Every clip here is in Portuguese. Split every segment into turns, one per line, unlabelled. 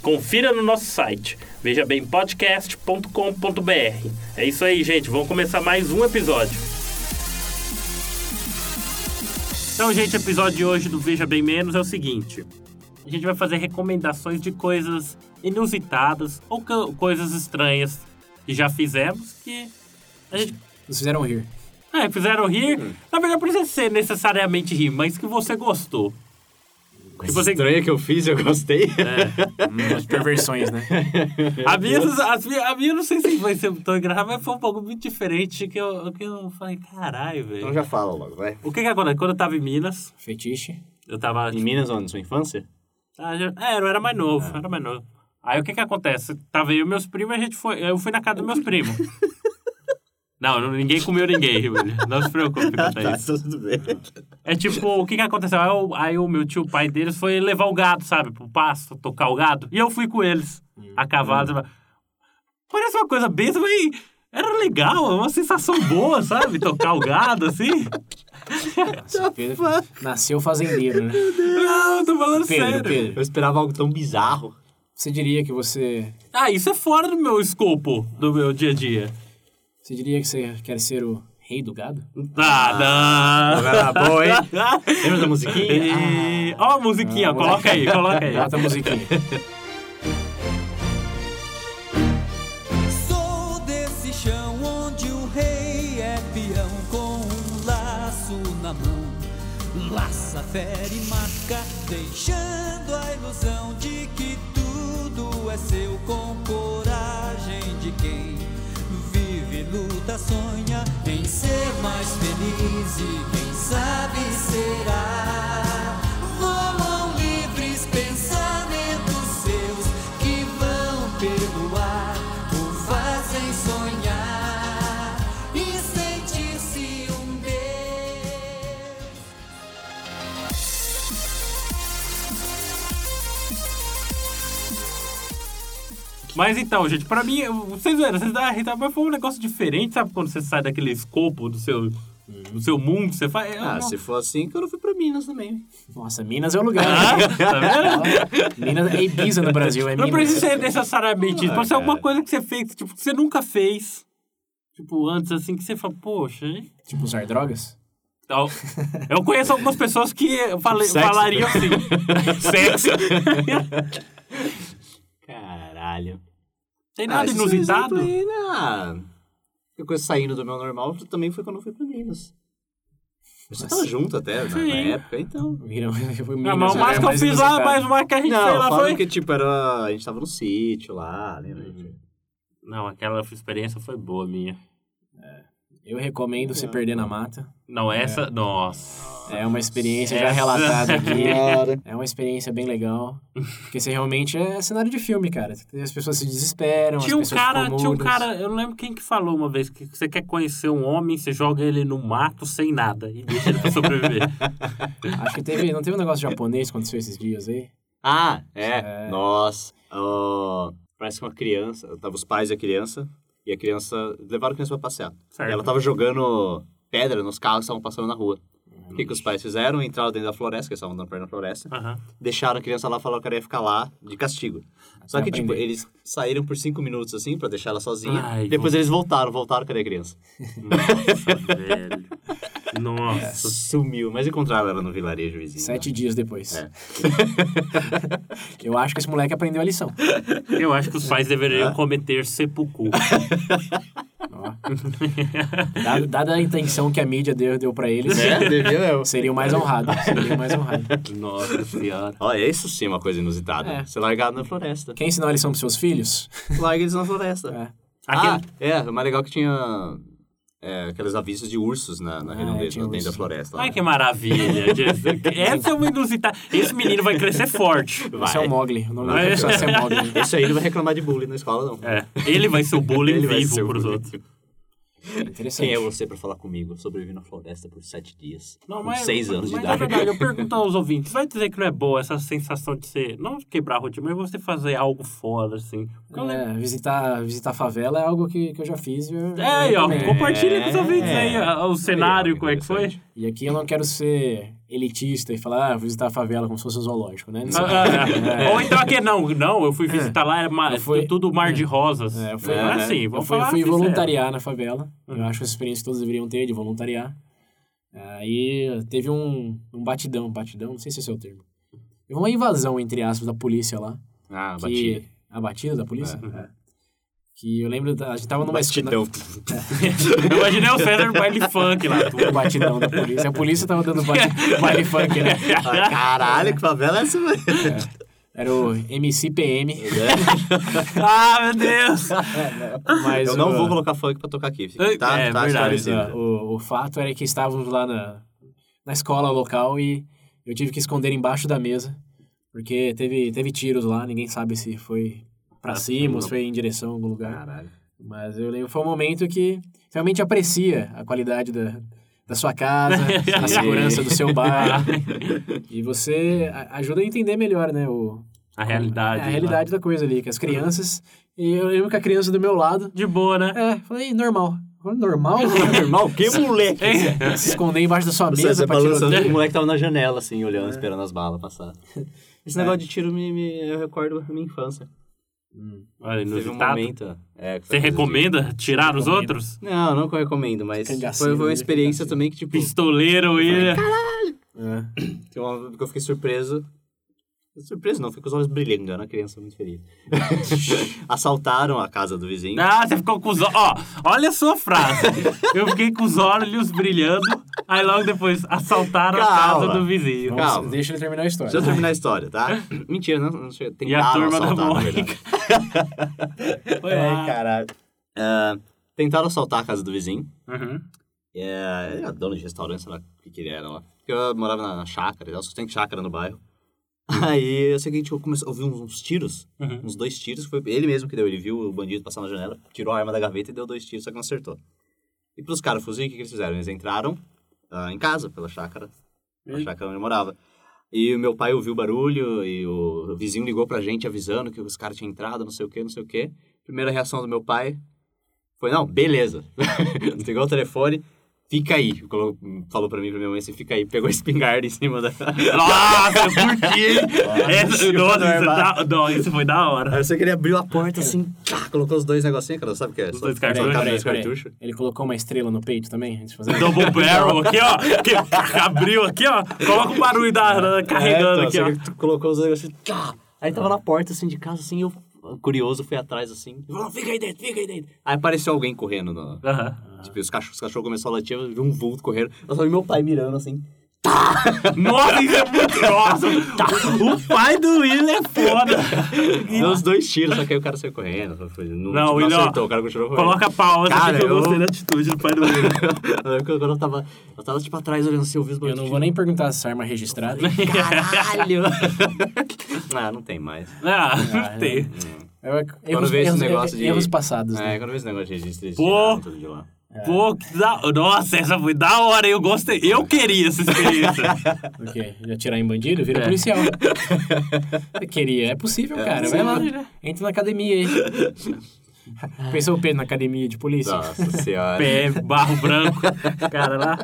Confira no nosso site vejabempodcast.com.br. É isso aí, gente, vamos começar mais um episódio. Então, gente, o episódio de hoje do Veja Bem Menos é o seguinte: a gente vai fazer recomendações de coisas inusitadas ou co- coisas estranhas que já fizemos que a gente.
Nos fizeram rir.
É, fizeram rir.
Hum.
Na verdade, não precisa ser necessariamente rir, mas que você gostou. Que você...
estranha que eu fiz, eu gostei.
As perversões, né?
A minha, as minha- a minha, não sei se vai ser tão engraçada, mas foi um pouco muito diferente que eu, que eu falei, caralho,
Então
velho.
já fala logo, vai.
O que que acontece? Quando eu tava em Minas,
Fetiche.
eu tava, tipo,
Em Minas, onde? Sua infância?
Ah, já- é, eu era mais novo, era mais novo. Aí o que que acontece? Tava eu e meus primos, a gente foi, eu fui na casa dos meus primos. Não, não- ninguém comeu ninguém, William. Não se preocupe quanto
Ah,
a isso.
Tá, então tudo bem.
tá.
É tipo, o que que aconteceu? Aí, o- aí o meu tio, o pai deles, foi levar o gado, sabe? Pro pasto, tocar o gado. E eu fui com eles, a cavalo.
Hum.
sabe? Parece uma coisa bem, mas era legal, é uma sensação boa, sabe? Tocar o gado, assim.
Nossa, o Pedro nasceu fazendeiro, né?
Não, eu tô falando
Pedro,
sério.
Pedro.
Eu esperava algo tão bizarro.
Você diria que você.
Ah, isso é fora do meu escopo, do meu dia a dia.
Você diria que você quer ser o rei do gado?
Ah, não.
Novela boa, hein? Lembra da musiquinha?
E- Ó a musiquinha, coloca aí, coloca aí.
Bota a musiquinha.
Sou desse chão onde o rei é peão com um laço na mão. Laça, fere, marca, deixando a ilusão de que tudo é seu com coragem de quem vive, luta, sonha em ser mais feliz e quem sabe será. Voam livres pensamentos seus que vão pelo ar, o fazem sonhar e sentir-se um Deus.
Mas então, gente, pra mim, eu- vocês viram, vocês dão risada, mas foi um negócio diferente, sabe? Quando você sai daquele escopo do seu, do seu mundo, você faz. eu
Ah,
não-
se for assim, que eu não fui pra Minas também.
Nossa, Minas é o lugar.
Ah,
né?
tá vendo?
Minas é Ibiza no Brasil, é
Não precisa
Minas.
ser necessariamente isso,
Ah,
pode ser alguma
cara.
coisa que você fez, tipo, que você nunca fez. Tipo, antes, assim, que você fala, poxa, hein?
Tipo, usar drogas?
Então, eu conheço algumas pessoas que fale-
Sexo.
falariam assim. Sexo.
Caralho. Ah,
Tem
é
nada inusitado.
né? Eu coisa saindo do meu normal também foi quando eu fui pra Minas. Você
Nossa.
tava junto até, né, na, na
Sim.
época, então.
Viram? Foi
Ah,
Minas,
mas o
né?
mais que eu
Mais
fiz lá,
inusitado.
mais o mais que a gente fez
Não,
lá foi.
falam que tipo, era. A gente tava no sítio lá, né, lembra?
Não, aquela experiência foi boa minha.
Eu recomendo se perder na mata.
Não, essa. Nossa.
É uma experiência já
Essa-
relatada aqui.
Cara.
É uma experiência bem legal. Porque você realmente é cenário de filme, cara. As pessoas se desesperam,
Tinha
as
um
pessoas
cara,
ficam
tinha um
mudas.
cara, eu não lembro quem que falou uma vez que você quer conhecer um homem, você joga ele no mato sem nada e deixa ele pra sobreviver.
Acho que teve, não teve um negócio japonês que aconteceu esses dias aí?
Ah, é.
É.
Nossa. Ó, parece que uma criança. Tava os pais e a criança. E a criança. Levaram a criança pra passear.
Certo.
E ela tava jogando pedra nos carros que estavam passando na rua. O que, que os pais fizeram? Entraram dentro da floresta, que eles estavam andando perto da floresta.
Aham.
Deixaram a criança lá, falaram que ela ia ficar lá de castigo. Só que, tipo,
aprender.
eles saíram por cinco minutos, assim, pra deixar ela sozinha.
Ai,
Depois
vou-
eles voltaram, voltaram, cadê a criança?
Nossa, velho. Nossa.
Sumiu, mas encontraram ela no vilarejo vizinho.
Sete dias depois.
É.
Eu acho que esse moleque aprendeu a lição.
É. Eu acho que os pais deveriam cometer sepulcro.
Dada, dada a intenção que a mídia deu, deu pra
Né?
eles,
É, devia eu.
seria o mais honrado. Seria o mais honrado.
Nossa senhora.
Olha, isso sim é uma coisa inusitada.
É.
Ser largado na floresta.
Quer ensinar a lição pros seus filhos?
Larga eles na floresta.
É.
Aquele-
Ah, é, o mais legal que tinha é, aqueles avisos de ursos na, na
Ah,
redondeza,
tinha
dentro da
urso.
floresta. lá.
Ai, que maravilha. Jess. Essa é uma inusitada. Esse menino vai crescer forte.
Vai.
Esse é o Mogli. O nome
Vai.
do processo é Mogli.
Esse aí não vai reclamar de bullying na escola, não.
É, ele vai ser o bullying
Ele vai ser
vivo
o
pros
bullying.
outros.
É Interessante.
Quem é você pra falar comigo? Eu sobrevivi na floresta por sete dias.
Não,
com
mas,
seis anos
mas
de
na
idade.
verdade, eu pergunto aos ouvintes, vai dizer que não é boa essa sensação de ser, não quebrar a rotina, mas você fazer algo foda, assim. Porque eu lembro-
É, visitar, visitar favela é algo que, que eu já fiz. e eu-
É, aí, ó,
também.
compartilha com os
É.
ouvintes aí ó, o cenário, como é que foi.
interessante.
E aqui eu não quero ser elitista e falar, ah, vou visitar a favela como se fosse um zoológico, né? Não sei.
Ah, ah, ah. Ou então aqui, não, não, eu fui visitar lá, é ma-
Eu fui-
tudo mar de rosas.
É,
É,
eu fui-
assim,
Eu
vamos
fui, eu
falar Uhum.
fui
sincero.
voluntariar na favela. Eu acho que essa experiência todos deveriam ter é de voluntariar. Aí teve um, um batidão, batidão, não sei se esse é o termo. Teve uma invasão, entre aspas, da polícia lá.
Ah,
que-
batida.
A batida da polícia? É. Que eu lembro, da- a gente tava numa escola.
Batidão.
Eu imaginei o César no baile funk lá.
O batidão da polícia. A polícia tava dando bate- baile funk, né?
Ah, Caralho, que favela é essa, velho?
Era o
É.
MCPM.
Ah, meu Deus!
Mas
Eu não
o-
vou colocar funk pra tocar aqui. Tá,
É,
tá
é verdade,
mas, ó,
esclarecido.
o, o fato era que estávamos lá na, na escola local e eu tive que esconder embaixo da mesa. Porque teve, teve tiros lá, ninguém sabe se foi pra
Ah,
cima ou
não.
se foi em direção a algum lugar.
Caralho.
Mas eu lembro, foi um momento que realmente aprecia a qualidade da, da sua casa, a
Sim.
segurança do seu bar. e você a- ajuda a entender melhor, né? O,
A
Ah,
realidade.
É,
né?
a realidade da coisa ali, que as crianças... E eu lembro que a criança do meu lado...
lá. De boa, né?
É, falei, normal. Normal?
Normal, que moleque.
se esconder embaixo da sua mesa
Você
pra tirar
é balançando, o moleque tava na janela, assim, olhando, esperando as balas passar. Esse negócio de tiro me, me- eu recordo da minha infância.
Olha,
Teve um
inusitado.
momento. é, que
Você
foi coisa de-
recomenda tirar os outros?
Não, não que eu recomendo, mas
Cangaceiro,
foi, foi uma
né?
experiência também que, tipo,
Pistoleiro e.
É.
tem uma, que eu fiquei surpreso. Surpreso não, fiquei com os olhos brilhando, eu era uma criança muito feliz. Assaltaram a casa do vizinho.
Ah, você ficou com os olhos. Ó, olha a sua frase. Eu fiquei com os olhos brilhando. Aí logo depois assaltaram a
Calma.
casa do vizinho.
Calma.
Nossa, deixa ele terminar a história.
Deixa eu terminar a história, tá? Mentira, não, não chega.
E a
Tentaram
turma da
assaltar, na
Mônica.
verdade.
Foi lá.
caralho. ah, tentaram assaltar a casa do vizinho.
Uhum.
É, ele era dono de restaurante, sei lá o que, que ele era lá. Porque eu morava na, na chácara, eu só tem chácara no bairro. Aí é eu sei que a gente começou a ouvir uns, uns tiros,
Uhum.
uns dois tiros, foi ele mesmo que deu. Ele viu o bandido passar na janela, tirou a arma da gaveta e deu dois tiros, só que não acertou. E pros caras fuzil, o que, que eles fizeram? Eles entraram ah, em casa, pela chácara, na chácara onde eu morava. E o meu pai ouviu o barulho e o vizinho ligou pra gente avisando que os caras tinham entrado, não sei o que, não sei o que. Primeira reação do meu pai foi, não, beleza. Pegou o telefone, fica aí. Colo- Falou pra mim, pra minha mãe, você fica aí. Pegou a espingarda em cima da...
Nossa, eu curti! Essa,
Nossa,
nossa,
meu
isso,
irmão.
tá- não, isso foi da hora.
Aí você queria abrir a porta assim, tchá, colocou os dois negocinhos, cara, sabe o que é? Os
dois cartuchos?
Peraí,
Dois
peraí.
cartuchos.
Ele colocou uma estrela no peito também? Antes de fazer...
Double barrel aqui, ó. Que abriu aqui, ó. Coloca o barulho da, carregando
É, então,
aqui,
você tu colocou os negocinhos, tchá. Aí tava na porta assim de casa, assim, eu curioso fui atrás assim. Falou, "Não, fica aí dentro, fica aí dentro. Aí apareceu alguém correndo no...
ó. Aham.
Tipo, os cachorros, os cachorros começaram a latir, eu vi um vulto correndo. Eu só vi meu pai mirando assim.
Nossa, isso é muito. Nossa, o pai do Will é foda.
Deu uns dois tiros, só que aí o cara saiu correndo. foi- foi-
Não,
Não, não
William, ó,
acertou, o cara continuou correndo.
Coloca a pausa
Cara,
que eu
eu-
gostei da atitude do pai do Will.
Eu lembro que quando eu tava, eu tava tipo atrás olhando assim, eu vi os
Eu não vou nem perguntar se essa arma é registrada.
Caralho! ah, não tem mais.
Ah, não tem.
Eu- É erros,
vejo esse
erros,
negócio de-
erros passados, né?
É, quando eu vi esse negócio de registro, eles
Pô.
tiraram tudo de lá.
Pô, que da... Nossa, essa foi da hora, hein? eu gostei. Eu queria essa experiência.
É.
O quê? De atirar em bandido? Vira policial. Eu Queria. É possível, cara. Vai lá. Entra na academia aí. Pensou o Pedro na academia de polícia?
Nossa senhora.
Pé, barro branco, cara lá.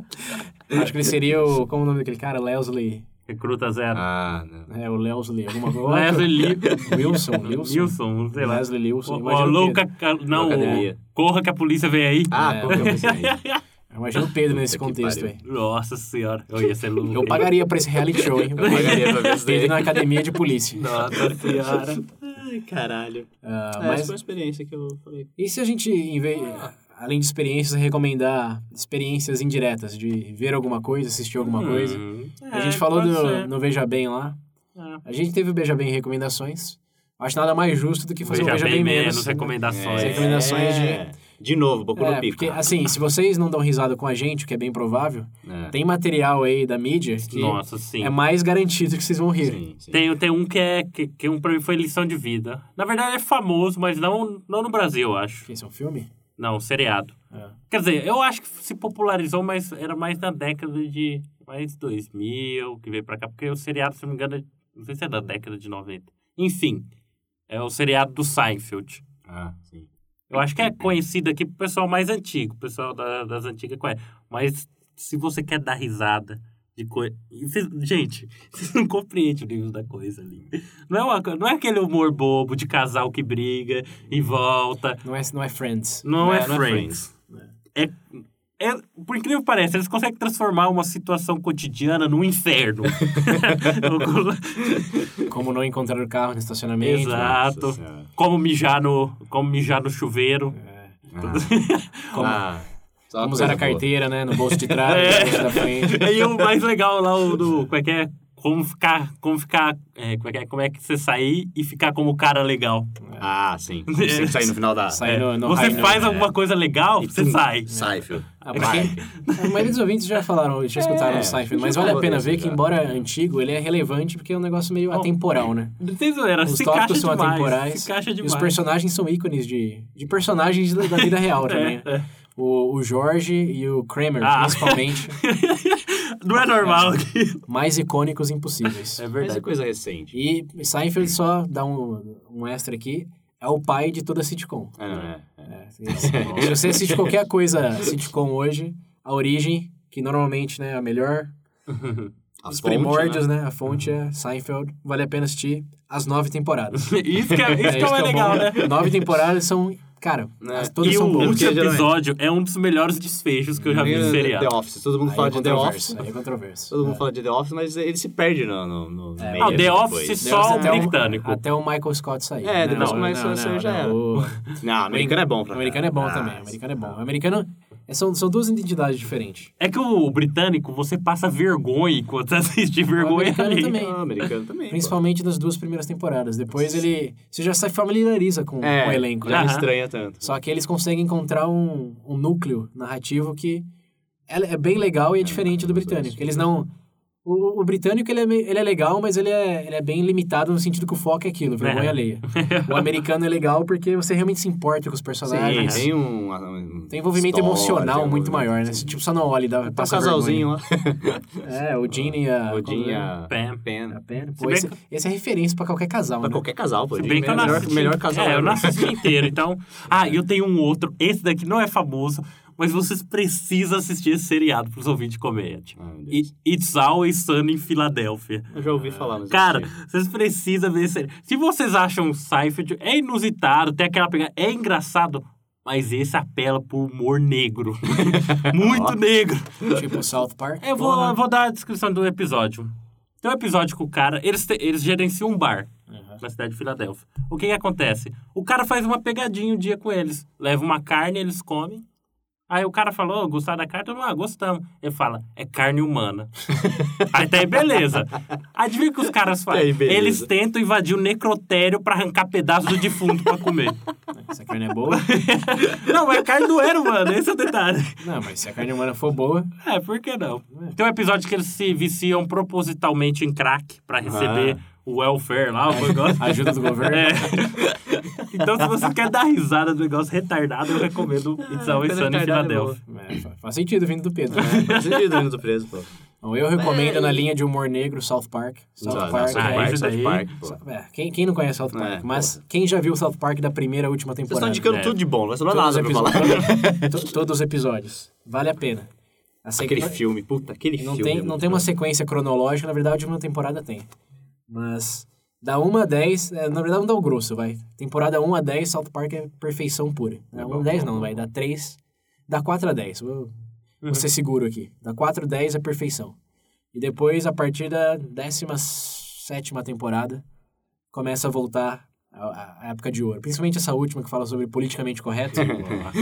Acho que ele seria o... Como o nome daquele cara? Leosley.
Recruta zero.
Ah, não.
É, o Leosley. Alguma coisa.
Leslie
Wilson. Wilson.
Wilson, sei lá.
Leslie Wilson.
Ó,
imagina o Pedro.
louca, ca- não,
Loucademia.
corra que a polícia vem aí.
Ah,
É.
como que eu pensei nisso?
Imagina o Pedro nesse
Puta que
contexto aí.
pariu.
Nossa senhora, eu ia ser louco.
Eu pagaria pra esse reality show, hein?
Eu pagaria pra ver isso daí.
Pedro na academia de polícia.
Nossa senhora.
Ai, caralho.
Ah,
É, essa
mas
foi uma experiência que eu falei.
e se a gente, em vez, além de experiências, recomendar experiências indiretas, de ver alguma coisa, assistir alguma
Hum.
coisa?
Uhum.
A gente falou do, no Veja Bem lá.
É.
A gente teve o Veja Bem em recomendações. Acho nada mais justo do que fazer
Veja
um Veja Bem, menos.
Tá recomendações.
recomendações de-
É. De novo, Boku no
É,
Pico. Ah,
porque, assim, se vocês não dão risada com a gente, o que é bem provável,
É.
tem material aí da mídia que
Nossa, sim.
é mais garantido que vocês vão rir.
Sim, sim.
Tem, tem um que é. Que, que um pra mim foi lição de vida. Na verdade é famoso, mas não, não no Brasil, eu acho.
Que esse é um filme?
Não, seriado.
É.
Quer dizer, eu acho que se popularizou, mas era mais na década de. Mais 2000 que veio pra cá, porque o seriado, se não me engano, é- não sei se é da década de 90. Enfim, é o seriado do Seinfeld.
Ah, sim.
Eu acho que é conhecido aqui pro pessoal mais antigo, o pessoal da- das antigas conhece. Mas se você quer dar risada de coisa. Gente, vocês não compreendem o nível da coisa ali. Não é, uma co- não é aquele humor bobo de casal que briga e volta.
Não é, não é Friends.
Não, é,
não é
Friends. É, é- por incrível que pareça, eles conseguem transformar uma situação cotidiana num inferno.
Como não encontrar o carro no estacionamento.
Exato.
Nossa Senhora.
Como mijar no, como mijar no chuveiro.
Como,
Ah, só uma
como usar
coisa
a
boa.
carteira, né? No bolso de trás,
É.
no bolso da frente.
E o mais legal lá, o do. Como é que é? Como ficar. Como ficar. É, como, é que é? como é que você sair e ficar como cara legal.
Ah, sim. Você tem que sair no final da...
Sai
É,
no, né? no
você
high
faz
note.
alguma coisa legal,
E
você
tum,
sai.
Sai, filho.
Ah, pra quem- A maioria dos ouvintes já falaram, já escutaram
É,
o Seinfeld,
já
mas vale a
falou
pena
desse
ver
já.
que, embora antigo, ele é relevante porque é um negócio meio atemporal, né?
Não tem zoeira,
Os
se
tópicos
caixa
são
demais.
atemporais
Se caixa
e
demais.
os personagens são ícones de, de personagens da da vida real também. O, o Jorge e o Kramer,
É, Ah.
principalmente,
Não é normal aqui.
mais icônicos impossíveis.
É
Mas é
verdade.
coisa recente.
E Seinfeld só dá um, um extra aqui, é o pai de toda sitcom.
Ah, não, é. é.
É, se- se você assiste qualquer coisa sitcom hoje, a origem, que normalmente né, é a melhor
A
Os
fonte,
primórdios, né? A fonte é Seinfeld. Vale a pena assistir as nove temporadas.
Isso que é, isso que é o mais
bom.
legal, né?
Nove temporadas são... Cara,
Né?
as, todas
e o
são boas.
último
Porque geralmente-
episódio é um dos melhores desfechos que eu já vi no
The,
Tá seriado.
The Office. Todo mundo
Aí
fala
é
de The Office.
controverso, aí é controverso.
Todo mundo fala de The Office, mas ele se perde no... no, no
É.
meio
Ah, o The
ali
Office
depois.
só
Depois
o
até
britânico.
Até o Michael Scott sair. né?
É, depois
Não,
que o Michael
não,
Scott
não,
saiu, já
não,
era.
o-
Não, o americano é bom pra
O americano é bom
caralho.
também. O americano é bom. O americano... é, São, são duas identidades diferentes.
É que o britânico, você passa vergonha enquanto você assiste vergonha
americano
ali.
também.
Ah, o americano também. pô.
Principalmente nas duas primeiras temporadas. Depois ele... Você já se familiariza com,
É,
com o elenco,
já
né?
não
Aham.
estranha tanto.
Só que eles conseguem encontrar um, um núcleo narrativo que é, é bem legal e é diferente do britânico. Eles não. O, o britânico ele é, meio- ele é legal, mas ele é, ele é bem limitado no sentido que o foco é aquilo, vergonha
É.
alheia. O americano é legal porque você realmente se importa com os
Sim,
personagens.
tem um... um
Tem envolvimento
história,
emocional
um
muito maior, né? Você, tipo, só não olha e dá,
Tá um
passa
casalzinho
vergonha.
lá.
É, o Gene e a... né?
Odin e a
Pam.
a
Pam.
Pen. Pô,
Se bem
esse, esse é referência pra qualquer casal,
Pra
né?
qualquer casal, pô.
Se
Odin
bem que
é
eu
o
não
melhor,
assisti-
melhor casal.
É, eu
ever.
não assisti inteiro, então... Ah, e eu tenho um outro. Esse daqui não é famoso, mas vocês precisam assistir esse seriado pros ouvintes de comédia.
Ah, meu Deus.
It- It's Always Sunny em Filadélfia.
Eu já ouvi falar, mas
Cara,
não assisti.
vocês precisam ver esse... Se vocês acham o Seinfeld é inusitado, tem aquela pegada... É engraçado... Mas esse apela pro humor negro. Muito negro.
Tipo South Park.
Eu vou,
Porra.
eu vou dar a descrição do episódio. Tem um episódio com o cara, eles, te- eles gerenciam um bar na cidade de Filadélfia. O que, que acontece? O cara faz uma pegadinha um dia com eles. Leva uma carne, eles comem. Aí o cara falou, "Ô, gostaram da carne? Todo mundo, ah, gostamos. Ele fala, é carne humana. aí tá aí, beleza. Adivinha o que os caras
Até Tá aí,
fazem?
beleza.
eles tentam invadir o necrotério pra arrancar pedaço do defunto pra comer.
Se a carne é boa...
não, mas a carne não era humana, esse é o detalhe.
Não, mas se a carne humana for boa...
É, por que não? Tem um episódio que eles se viciam propositalmente em crack pra receber o welfare lá, o negócio.
Ajuda do governo.
Ah. É. Então, se você quer dar risada do negócio retardado, eu recomendo It's Always
coisa
Sunny em
retardada é
Filadélfia.
É, fa- faz sentido vindo do Pedro, né?
Faz sentido vindo do preso, pô.
Bom, eu recomendo na linha de humor negro South Park. South
Não, não,
Park.
South
Ah,
é-
Park,
isso
South
daí.
Park, né? pô. Vocês
é, quem, quem não conhece South Park?
É,
mas quem já viu South Park da primeira e última
estão
temporada? né?
indicando
É.
tudo de bom, não vai sobrar
todos,
nada pra falar.
episódios, to- todos os episódios. Vale a pena. A
Aquele
sequ-
filme, puta, aquele
Não
filme.
tem,
é
não
muito
tem uma
bom.
sequência cronológica, na verdade uma temporada tem. Mas da 1 a 10, é, na verdade não dá o grosso, vai. Temporada 1 a 10, South Park é perfeição pura.
É
Não, 1 a 10 não, vai. Dá 3, dá 4 a 10. Vou,
Uhum.
vou ser seguro aqui. Da 4 a 10 é perfeição. E depois, a partir da 17 temporada, começa a voltar a, a época de ouro. Principalmente essa última que fala sobre politicamente correto.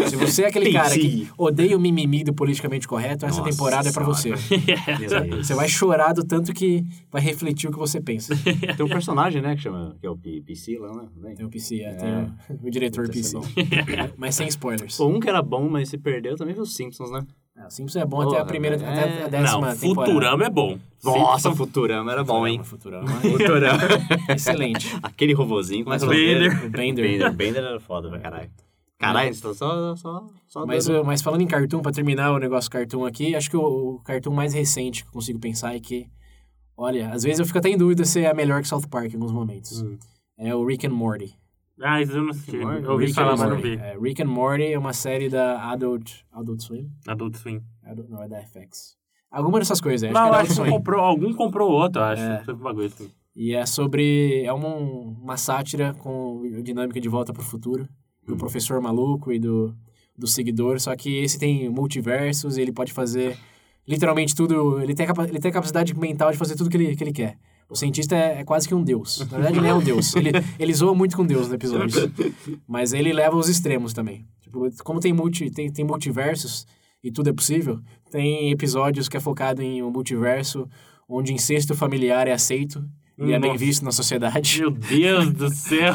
Se você é aquele cara que odeia o mimimi do politicamente correto, essa
Nossa
temporada é pra você.
Senhora.
Você vai chorar do tanto que vai refletir o que você pensa.
Tem um personagem, né, que chama... Que é o P- PC lá, né? Né?
Tem o PC, é,
É.
tem o, o diretor
Puta,
PC.
esse
Mas sem spoilers.
Pô, um que era bom, mas se perdeu também foi os Simpsons, né?
É, o Simpsons é bom até a
Porra,
primeira,
velho.
até a
É.
décima
Não,
temporada.
Futurama é bom.
Nossa,
Simpsons-
Futurama era bom, hein?
Futurama,
Futurama.
excelente.
Aquele robozinho, como é que é o nome dele?
Bender.
O Bender.
Bender. Bender era foda pra caralho. Caralho, você tá só... só, só
Mas,
dando-
uh, mas falando em cartoon, pra terminar o negócio cartoon aqui, acho que o, o cartoon mais recente que eu consigo pensar é que, olha, às vezes eu fico até em dúvida se é melhor que South Park em alguns momentos.
Hum.
É o Rick and Morty.
Ah, isso eu não assisti.
Rick
Eu ouvi
Rick
falar,
and
mas não
Morty.
vi.
É, Rick and Morty é uma série da Adult, Adult Swim?
Adult Swim.
Adult- não, é da FX. Alguma dessas coisas, acho
Não,
que é
eu
da
acho
Adult
que
Swim.
comprou, algum comprou o outro, eu acho.
É.
Teve um bagulho assim.
E é sobre. É uma, uma sátira com dinâmica de volta pro futuro. Do professor maluco e do, do seguidor. Só que esse tem multiversos e ele pode fazer literalmente tudo. Ele tem a, capa- ele tem a capacidade mental de fazer tudo que ele, que ele quer. O cientista é, é quase que um deus. Na verdade, ele é um deus. Ele, ele zoa muito com deus no episódio. Mas ele leva aos extremos também. Tipo, como tem, multi, tem, tem multiversos e tudo é possível, tem episódios que é focado em um multiverso onde incesto familiar é aceito e é bem
Nossa.
visto na sociedade.
Meu Deus do céu.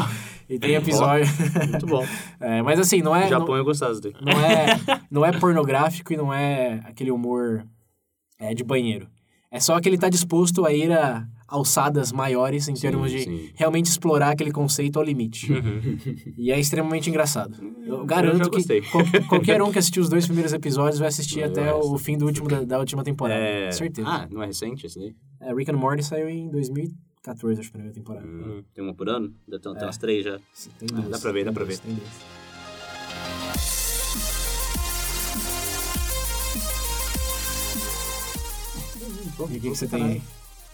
E tem episódio.
Muito bom.
É, mas assim, não é.
No Japão eu gostava disso daí.
Não, não é, não é pornográfico e não é aquele humor é, de banheiro. É só que ele tá disposto a ir a alçadas maiores em termos de
sim. Uhum.
realmente explorar aquele conceito ao limite. E é extremamente engraçado. Eu
eu
garanto
já
que
gostei.
qual- qualquer um que assistiu os dois primeiros episódios vai assistir
Eu
até
acho.
o fim do último da, da última temporada.
É...
Certeza.
Ah, não é recente esse daí?
É, Rick and Morty saiu em 2014, acho, a primeira temporada.
Hum, Tem uma por ano?
É.
Deve ter tem umas três já.
Tem duas.
dá pra ver,
tem
dá pra
duas,
ver.
tem duas. E o que, que você tem aí?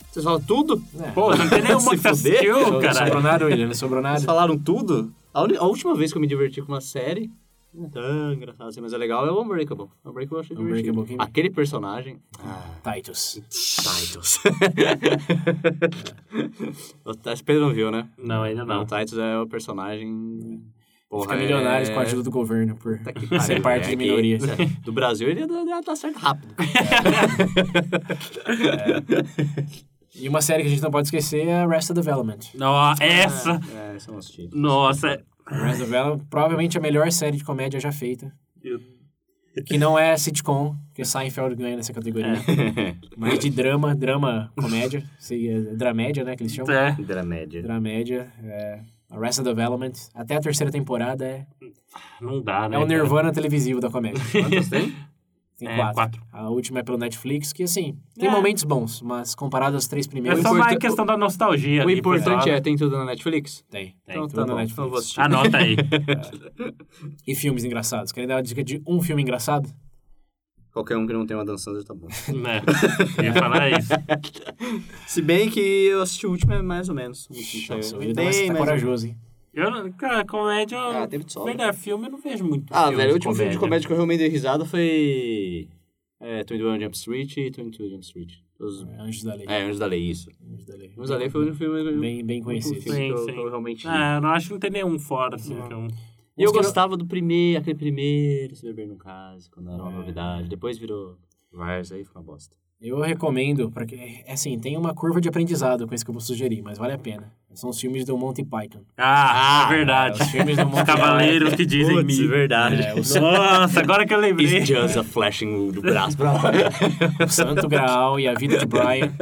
Vocês falam tudo?
É,
Pô, não tem nenhuma
Se
que você
fuder.
assistiu,
não sobrou
cara.
nada, William, não sobrou
Vocês
nada.
falaram tudo? A, uni- a última vez que eu me diverti com uma série, não é tão engraçado assim, mas é legal, é o Unbreakable. O Unbreakable eu achei divertido.
Unbreakable, quem-
Aquele personagem... Ah,
Titus.
Titus. o Titus Pedro não viu, né?
Não, ainda
Não,
não. tá.
o Titus é o personagem... Porra,
Fica milionário
é-
com a ajuda do governo por
Tá que
ser
pariu,
parte
é
de
que-
minoria.
Do Brasil ele ia dar- ia dar certo rápido.
É. E uma série que a gente não pode esquecer é Arrested Development.
Não, essa.
É, são os títulos.
Nossa. é,
Arrested Development, provavelmente a melhor série de comédia já feita.
Eu-
Que não é sitcom, que Seinfeld ganha nessa categoria.
É.
Mas de drama, drama, comédia. se- é Dramédia, né, que eles chamam.
É.
Dramédia.
Dramédia. É... Arrested Development. Até a terceira temporada é,
Não dá, né?
é o
cara?
Nirvana televisivo da comédia.
Quantos tem?
Tem
É,
quatro.
quatro.
A última é pelo Netflix, que assim, tem
É.
momentos bons, mas comparado às três
É
primeiras...
só mais
importan-
questão da nostalgia.
O
ali,
importante
pessoal.
é, tem tudo na Netflix?
Tem, tem.
Então
tudo
tá
no
bom,
Netflix.
então eu vou assistir.
Anota aí.
E filmes engraçados. Querem dar uma dica de um filme engraçado?
Qualquer um que não tem uma dançando tá bom.
né? Eu ia falar isso.
Se bem que eu assisti o último, é mais ou menos. O último saiu.
Nossa, o William tá, tá
mais ou menos.
corajoso, hein?
Eu, não- cara, comédia.
Ah, teve de sobra.
Verdade, filme eu não vejo muito.
Ah,
filme
velho, o último filme de comédia que eu realmente dei risada foi. É, 21 Jump Street e 22 Jump Street. Os...
Anjos da Lei.
É, Anjos da Lei, isso.
Anjos da Lei.
Anjos da Lei foi o único filme.
Bem, bem
o único
conhecido.
filme que eu-
Sim,
que
sim.
eu realmente.
Ah, eu não acho que não tem nenhum fora, assim. que eu-
E eu
Os que não-
gostava do primeiro, aquele primeiro, Se Beber no Caso, quando era uma novidade. Depois virou Vars, aí ficou uma bosta.
Eu recomendo, porque, assim, tem uma curva de aprendizado com isso que eu vou sugerir, mas vale a pena. São os filmes do Monty Python.
Ah,
Ah,
verdade.
Os filmes do Monty
Cavaleiros que dizem
Putz,
mim.
verdade.
É, o
Nossa, agora que eu lembrei.
It's just a flashing do braço pra lá.
O Santo Graal e A Vida de Brian.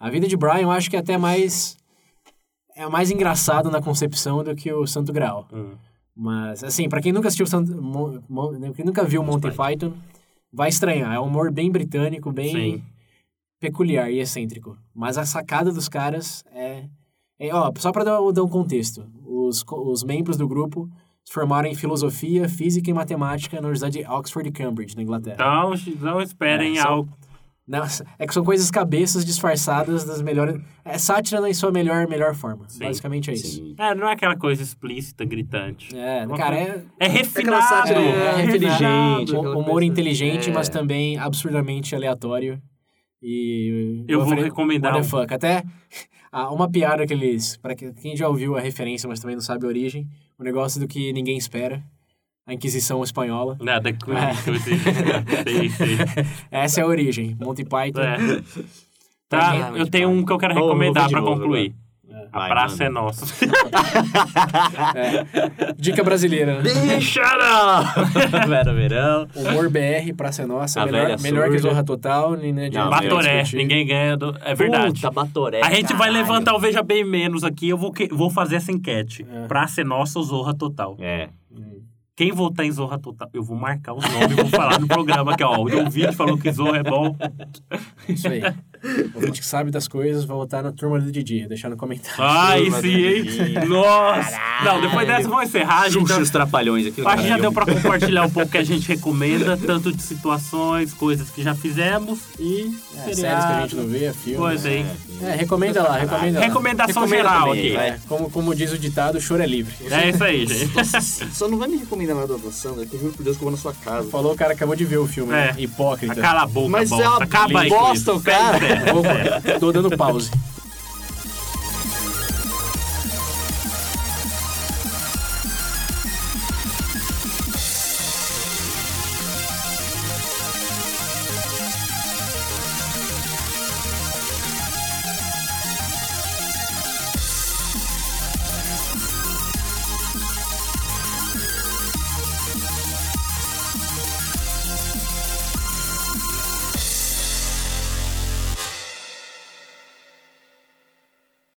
A Vida de Brian eu acho que é até mais... É mais engraçado na concepção do que o Santo Graal.
Hum.
Mas, assim, pra quem nunca assistiu o Santo... Mon, Mon- quem nunca viu Monty Python, vai estranhar. É um humor bem britânico, bem
Sim.
peculiar e excêntrico. Mas a sacada dos caras é... é- ó, só pra dar, dar um contexto. Os, co- os membros do grupo se formaram em filosofia, física e matemática na Universidade de Oxford e Cambridge, na Inglaterra.
Então, não esperem
É, só-
algo.
Nossa, é que são coisas cabeças disfarçadas das melhores. É sátira na sua melhor, melhor forma. Basicamente é isso.
É, não é aquela coisa explícita, gritante.
É,
Uma
cara,
coisa-
é.
É
aquela
refinado.
sátira, né?
é,
refinado.
inteligente,
Hum-
aquela
Humor
coisa-
inteligente,
é.
mas também absurdamente aleatório. E.
Eu vou
falei,
recomendar
What the
um.
fuck? Até ah, uma piada que eles. Pra que- quem já ouviu a referência, mas também não sabe a origem, o negócio do que ninguém espera. A Inquisição Espanhola.
Nada com
É.
isso. Sei, sei.
Essa é a origem. Monty Python.
É.
Pra
Tá,
quem-
eu tenho um que eu quero
Vou- vou
recomendar
ver de
pra
novo né?
concluir.
agora.
A
Vai,
praça é
manda. Tá
nossa.
Dica brasileira, né?
Bichara! Vera Verão.
Humor BR, Praça é Nossa,
A
melhor,
velha
melhor que
surda.
Zorra Total, nem né, de
Não,
Batoré,
discutir.
é, ninguém ganha. do- É verdade.
Puta, Batoré.
A gente vai
caralho.
levantar o Veja Bem Menos aqui, eu vou, que- vou fazer essa enquete. Praça é nossa ou Zorra Total?
É.
Quem votar em Zorra Total? Eu vou marcar os nomes e vou falar no programa que, ó, o ouvinte falou que Zorra é bom.
Isso aí. O gente que sabe das coisas vai votar na turma do Didi, deixar no comentário.
Ai,
Zorra é
sim, hein?
Total.
Nossa! Não, depois dessa vamos encerrar. A gente,
Xuxa
já-
os trapalhões aqui.
acho que já deu pra compartilhar um pouco o que a gente recomenda, tanto de situações, coisas que já fizemos e
É, séries que a
seriado,
gente não vê, filme.
coisa aí.
É, recomenda lá, recomenda lá.
Recomendação
Recomenda
geral
também,
aqui.
vai.
É, como, como diz o ditado, o choro é livre.
É isso aí, gente.
Só não vai me recomendar nada da Sandra, né? que eu juro por Deus que eu vou na sua casa.
Falou o cara que acabou de ver o filme, né?
É.
Hipócrita.
Cala a boca,
Mas é
bosta.
uma
Acaba aí com
bosta,
isso.
o cara.
Pega o pé.
Vou- Tô dando pause.